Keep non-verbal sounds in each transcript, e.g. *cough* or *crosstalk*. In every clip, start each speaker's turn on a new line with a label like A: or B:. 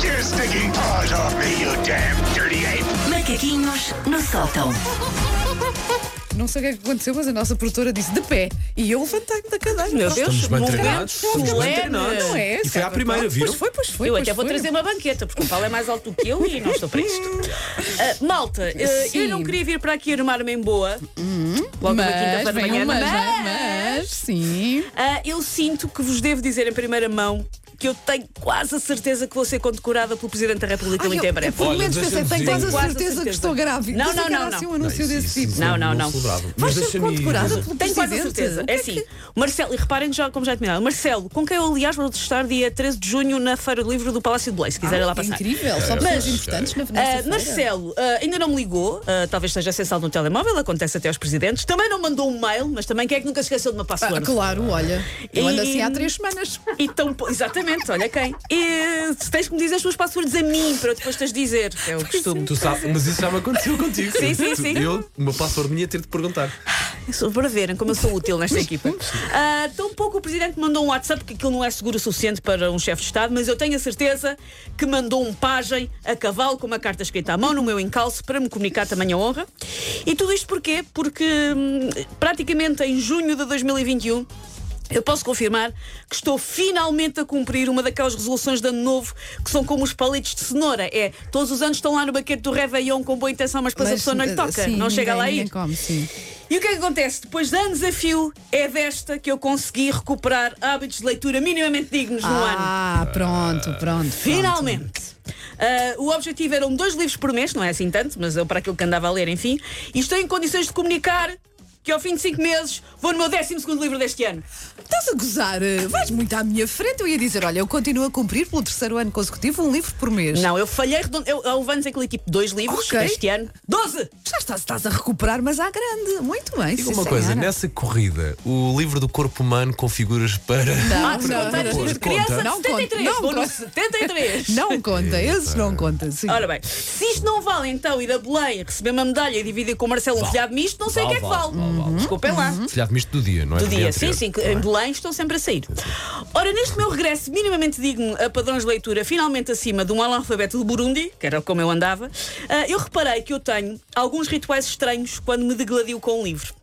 A: Taking paws off me, you damn dirty ape!
B: Macaquinhos no sótão.
C: Não sei o que é que aconteceu, mas a nossa produtora disse de pé. E eu levantei-me da cadeira. um
D: Meu Deus,
E: Estamos bem
D: bom
E: treinados,
D: grande
E: estamos bem
D: problema.
E: treinados.
C: Não é?
E: E foi à primeira, viram?
C: Pois foi, pois foi.
D: Eu
C: pois
D: até vou
C: foi.
D: trazer uma banqueta, porque o Paulo é mais alto do que eu e não estou para isto.
C: *laughs*
D: Ah, malta, ah, eu
C: Sim. Hum,
D: não queria vir para aqui armar-me em boa, logo na
C: Mas,
D: quinta-feira de
C: vem
D: manhã,
C: um mas,
D: então, mas,
C: mas, sim.
D: ah, eu sinto que vos devo dizer em primeira mão que eu tenho quase a certeza que vou ser condecorada pelo Presidente da República
C: Ai,
D: muito
C: eu-
D: em breve.
C: eu Por
E: Olha,
C: menos
E: deixa-me
C: pensei, tenho
E: dizer-
C: quase a
D: Quase a
C: certeza que
D: certeza.
C: estou grávida.
D: Não,
C: Mas
D: não,
C: aquela
D: não,
C: assim
D: não.
C: um anúncio desse tipo.
D: Não, não, não.
E: celebrava.
C: Vais
E: é Mas
C: ser
E: deixa-me.
C: condecorada pelo
D: Tenho quase a
C: presidente?
D: certeza.
C: O que
D: É
C: que-
D: assim, Marcelo, e reparem já como já terminaram. Marcelo, com quem eu, aliás, vou estar dia 13 de junho na Feira do Livro do Palácio de Belém, se quiserem lá
C: Ah, é
D: passar.
C: Incrível,
E: Ah,
C: só pessoas importantes na
D: Ah,
C: nessa feira.
D: Marcelo ah, ainda não me ligou, ah, talvez esteja acessado no telemóvel, acontece até aos presidentes. Também não mandou um mail, mas também quem é que nunca se esqueceu de uma
C: Ah,
D: password?
C: claro, olha. Eu ando
D: E-
C: assim há três semanas.
D: E tão po- exatamente, olha quem. E se tens que me dizer as tuas passwords a mim para eu depois te as dizer, que é o costume.
E: Tu sabes, mas isso já me aconteceu *laughs* contigo.
D: Sim, sim,
E: Tu-
D: sim.
E: Eu, uma password minha, ter de perguntar.
D: *laughs* É só para verem como eu sou útil nesta equipa. Ah, tão pouco o presidente mandou um WhatsApp, que aquilo não é seguro o suficiente para um chefe de Estado, mas eu tenho a certeza que mandou um pajem a cavalo com uma carta escrita à mão no meu encalço para me comunicar tamanha honra. E tudo isto porquê? Porque hum, praticamente em junho de 2021. Eu posso confirmar que estou finalmente a cumprir uma daquelas resoluções de ano novo que são como os palitos de cenoura. É, todos os anos estão lá no baquete do Réveillon com boa intenção, mas depois a pessoa não lhe toca,
C: eh, sim, é
D: não chega
C: ninguém-
D: lá a
C: ninguém
D: ir.
C: come, sim.
D: E o que é que acontece? Depois de anos a fio, é desta que eu consegui recuperar hábitos de leitura minimamente dignos no um ano.
C: Ah, pronto, pronto.
D: Finalmente! Ah, o objetivo eram dois livros por mês, não é assim tanto, mas eu para aquilo que andava a ler, enfim. E estou em condições de comunicar que ao fim de cinco meses vou no meu 12 livro deste ano.
C: Estás a gozar? Vais muito à minha frente. Eu ia dizer, olha, eu continuo a cumprir pelo terceiro ano consecutivo um livro por mês.
D: Não, eu falhei redondo. Eu, houve anos em que li tipo dois livros
C: Ok.
D: este ano. 12!
C: Já estás, estás a recuperar, mas à grande. Muito bem.
E: Diga
C: sim,
E: uma coisa,
C: senhora.
E: nessa corrida, o livro do corpo humano com figuras *laughs* para.
C: Não,
D: Ah,
C: não,
D: contei
E: não,
D: de
E: não,
D: criança
E: conta.
D: de
C: Não, conta. Não,
D: 73! vou no
C: conta.
D: 73!
C: Não conta, esses não conta. Sim.
D: Ora bem, se isto não vale então ir a Belém receber uma medalha e dividir com o Marcelo um
E: Vale.
D: folhado misto, não sei o que
E: Vale,
D: é que
E: vale,
D: vale.
E: vale, Uhum. vale.
D: Desculpem lá.
E: Filhado misto do dia, não é?
D: Do dia, sim,
E: anterior.
D: sim, que em Belém estão sempre a sair. Ora, neste meu regresso minimamente digno a padrões de leitura, finalmente acima de um analfabeto do Burundi, que era como eu andava, ah, eu reparei que eu tenho alguns rituais estranhos quando me degladio com um livro.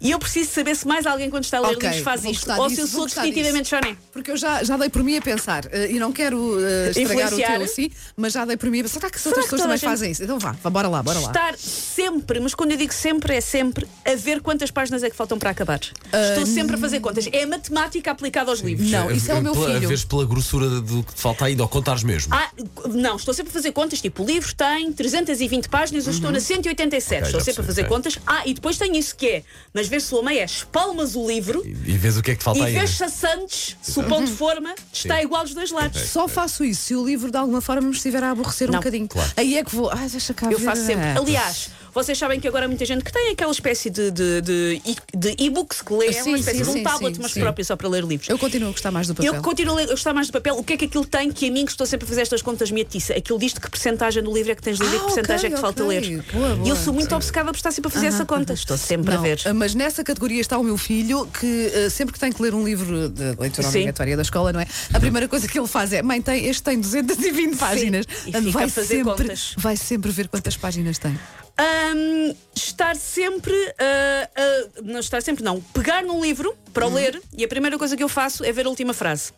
D: E eu preciso saber se mais alguém quando está a ler
C: Ok,
D: livros faz
C: vou
D: isto,
C: gostar
D: ou se
C: disso,
D: eu
C: vou
D: sou
C: gostar
D: definitivamente choné.
C: Porque eu já, já dei por mim a pensar, eh, e não quero eh, estragar o
D: Influenciar?
C: teu assim, mas já dei por mim a pensar, será que as outras
D: que
C: pessoas
D: toda a
C: também
D: gente-
C: fazem isso? Então vá, vá, bora lá, bora lá.
D: estar sempre, mas quando eu digo sempre, é sempre a ver quantas páginas é que faltam para acabar.
E: Hum.
D: Estou sempre a fazer contas. É a matemática aplicada aos livros.
C: Não, isso é o meu
E: eh, Pela-
C: filho.
E: A vez pela grossura do que te falta ainda, ou contares mesmo.
D: Ah, não, estou sempre a fazer contas, tipo, o livro tem 320 páginas, eu estou na 187.
E: Uhum. Ok,
D: estou
E: já
D: sempre a fazer
E: percebi,
D: contas. Ah, e depois tem isso que é, nas vezes sua mãe é espalmas o livro
E: E, e vês o que é que te falta
D: e
E: ainda.
D: vês se antes, se o ponto de forma está
E: Sim.
D: igual dos dois lados.
C: Só faço isso se o livro de alguma forma me estiver a aborrecer um
D: Não,
C: bocadinho.
E: claro.
C: Aí é que vou. Ah, deixa cá
D: Eu
C: ver.
D: faço sempre. Aliás, vocês sabem que agora há muita gente que tem aquela espécie de, de, de, de e-books que lê, é
C: Sim,
D: uma espécie
C: sim,
D: de um
C: sim,
D: tablet,
C: sim,
D: mas
C: sim.
D: próprio só para ler livros.
C: Eu continuo a gostar mais do papel.
D: Eu continuo a ler- eu gostar mais de papel. O que é que aquilo tem que a mim, que estou sempre a fazer estas contas, me atiça? Aquilo diz-te que porcentagem do livro é que tens de ler e
C: Ah,
D: que porcentagem
C: ok,
D: é que te falta
C: ok.
D: ler.
C: Boa, boa.
D: E eu sou muito obcecada por estar sempre a fazer essa conta. Estou sempre a
C: Não, eh,
D: ver.
C: Mas nessa categoria está o meu filho, que eh, sempre que tem que ler um livro de leitura
D: Sim.
C: obrigatória da escola, não é? A primeira coisa que ele faz é: mãe, tem, este tem 220 páginas.
D: E
C: Portanto,
D: fica
C: vai,
D: a fazer
C: sempre,
D: contas.
C: vai sempre ver quantas páginas tem.
D: Ahm, hum, estar sempre ah, ah, não estar sempre, não. Pegar num livro para
C: Uhum.
D: o ler e a primeira coisa que eu faço é ver a última frase.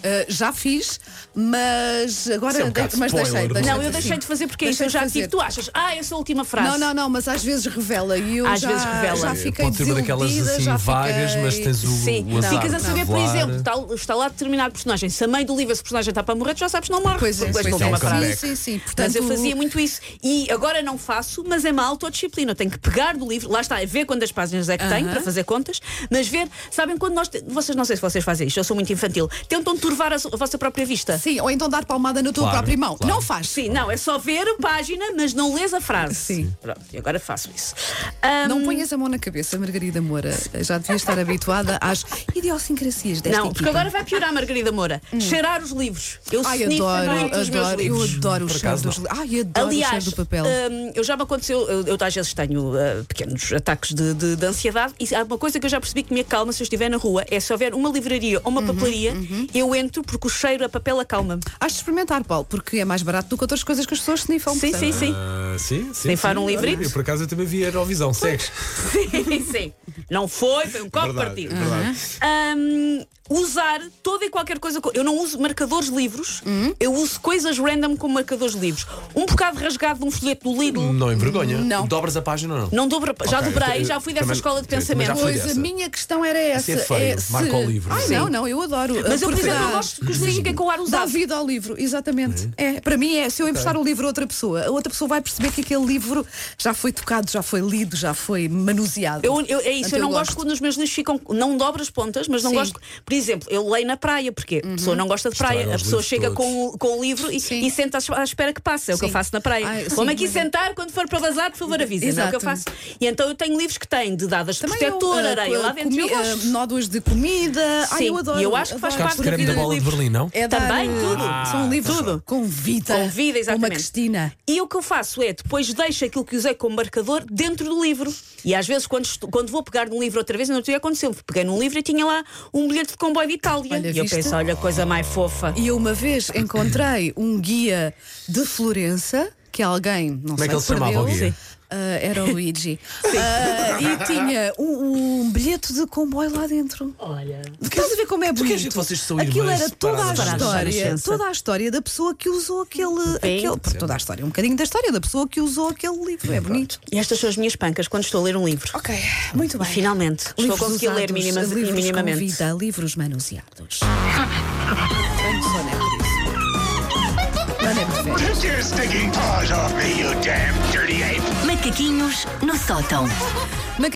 C: Eh, já fiz, mas agora.
E: Isso é um bocado
C: mas deixei,
E: spoiler, não é?
C: deixei.
D: Não, eu deixei de fazer porque é isso.
C: Deixei
D: Eu
C: de
D: já
C: fazer.
D: tive. Tu achas? Ah, essa última frase.
C: Não, não, não, mas às vezes revela e eu
D: Às
C: já,
D: vezes revela.
C: já
D: É,
C: fiquei
E: Eh, Pode ter uma daquelas
C: desiludida,
E: assim
C: já
E: vagas, mas
C: fiquei-
E: tens um- o,
D: Sim,
E: o azar.
D: ficas a
E: de
D: saber, por
E: revelar.
D: exemplo, tá. está, está lá determinado personagem. Se a meio do livro esse personagem está para morrer, tu já sabes, não morre.
C: Pois é,
D: porque
C: pois
D: leste a
C: é.
D: última
E: um
D: frase.
C: Sim, sim, sim.
D: Mas eu
C: Portanto,
D: fazia muito isso. E agora não faço, mas é uma autodisciplina. Eu tenho que pegar do livro, lá está, é ver quantas páginas é que tem para fazer contas, mas ver, sabem, quando nós. te- Vocês não sei se vocês fazem isto, eu sou muito infantil. Tentam turvar a, su- a vossa própria vista.
C: Sim, ou então dar palmada na tua
E: Claro,
C: própria mão.
E: claro.
C: Não faz.
D: Sim, não, é só ver a página, mas não lês a frase.
C: Sim.
D: Pronto, e agora faço isso. Ahm,
C: Não ponhas a mão na cabeça, Margarida Moura. Já devias estar habituada às idiosincrasias desta
D: não, porque
C: equipa.
D: agora vai piorar, Margarida Moura. Cheirar os livros. Eu
C: tá. Hum. Ai,
D: snifo
C: adoro,
D: muito os meus
C: adoro, eu
D: livros.
C: adoro o
E: Por
C: cheiro
E: acaso
C: dos livros. Ai, adoro o
D: Aliás,
C: cheiro do papel.
D: hum, eu já me aconteceu, eu, eu às vezes tenho uh, pequenos ataques de, de- de
C: Uhum,
D: ansiedade e há uma coisa que eu já percebi que me acalma se eu estiver na rua é se houver uma livraria ou uma papelaria, eu coentro porque o cheiro a papel acalma-me.
C: Acho de experimentar, Paulo, porque é mais barato do que outras coisas que as pessoas snifam.
D: Sim,
C: portanto.
D: sim, sim.
F: Ah, sim, sim.
D: Snifar
F: sim.
D: um
F: Olha,
D: livrito?
F: eu, por acaso eu também vi Eurovisão, segues.
D: Sim, *laughs* sim. Não foi, foi um copo
F: Verdade,
D: partido.
F: verdade.
D: Hum, usar toda e qualquer coisa. co- Eu não uso marcadores livros,
C: Hum?
D: eu uso coisas random como marcadores livros. Um bocado rasgado de um folheto do Lidl.
E: Não envergonha.
C: Não.
E: Dobras a página ou não?
D: Não dobro, já
E: Ok,
D: dobrei,
E: eu-
D: já fui dessa
E: também-
D: escola de
E: sim, também
D: pensamento.
E: já fui
C: Pois a
E: dessa.
C: minha questão era essa.
F: é feio, marca o livro.
C: Ai,
F: Sim.
C: não, não, eu adoro.
D: Mas eu, por
C: Porque
D: exemplo,
C: dá-
D: eu gosto que os livros fiquem com o ar
C: Dá
D: usado.
C: vida ao livro, exatamente. É, para mim é, se eu emprestar o livro a outra pessoa, a outra pessoa vai perceber que aquele livro já foi tocado, já foi lido, já foi manuseado.
D: Eu, eu- é isso,
C: Portanto,
D: eu não gosto quando os meus livros ficam. Não dobro as pontas, mas não
C: Sim. Uhum.
D: gosto. Por exemplo, eu leio na praia, porque a pessoa não gosta de praia.
F: Estragam
D: a
F: os
D: pessoa
F: livros
D: chega
F: todos.
D: com, o- com o livro e,
C: Sim.
D: e senta à es- à espera que passe. É o que eu
C: Sim.
D: faço na praia.
C: Ai,
D: Vamos
C: sim,
D: aqui
C: mas-
D: sentar, quando for para bazar, por favor, avisem. É o que eu
C: Exato.
D: faço. E então eu tenho livros que têm de dadas
C: Também eu,
D: protetor,
C: ah,
D: é areia lá
C: ah,
D: dentro. eu
C: comi- ah,
D: gosto.
C: nódoas de comida. Ai,
D: Sim,
C: eu adoro.
D: e eu acho que faz
C: adoro.
D: parte
F: Gosto de
D: da
F: creme
D: vida
F: da
D: do
F: bola de
D: livro.
F: Berlim, não?
C: É
D: Também,
C: dar,
D: tudo.
C: ah, São livros
D: Tudo.
C: com vida.
D: Com vida, exatamente.
C: Uma Cristina.
D: E o que eu faço é, depois deixo aquilo que usei como marcador dentro do livro. E às vezes, quando, estu- quando vou pegar no livro outra vez, não tinha acontecido. Peguei num livro e tinha lá um bilhete de comboio de Itália.
C: Olha,
D: e eu
C: viste?
D: penso, olha, coisa mais fofa.
C: E eu uma vez encontrei um guia de Florença que alguém, não sei
E: é que ele se
C: perdeu.
E: chamava o guia? Sim.
C: Ah, era o
D: *laughs*
C: Luigi. Ah, e tinha um, um bilhete de comboio lá dentro.
D: Olha.
C: Estás a ver como é
E: Porquê é
C: bonito?
E: que vocês são
C: Aquilo
E: irmãs
C: era toda a
E: separadas?
C: história,
D: Separadas.
C: toda a história da pessoa que usou aquele, aquele por toda a história, um bocadinho da história da pessoa que usou aquele livro. É bonito.
D: E estas são as minhas pancas quando estou a ler um livro.
C: Ok, muito bem.
D: Finalmente, estou a conseguir ler minima-
C: livros
D: minimamente.
C: Com vida, livros
E: *laughs*
C: manuseados. é
A: Take your stinking paws off me, you damn dirty ape!
B: Macaquinhos no sótão.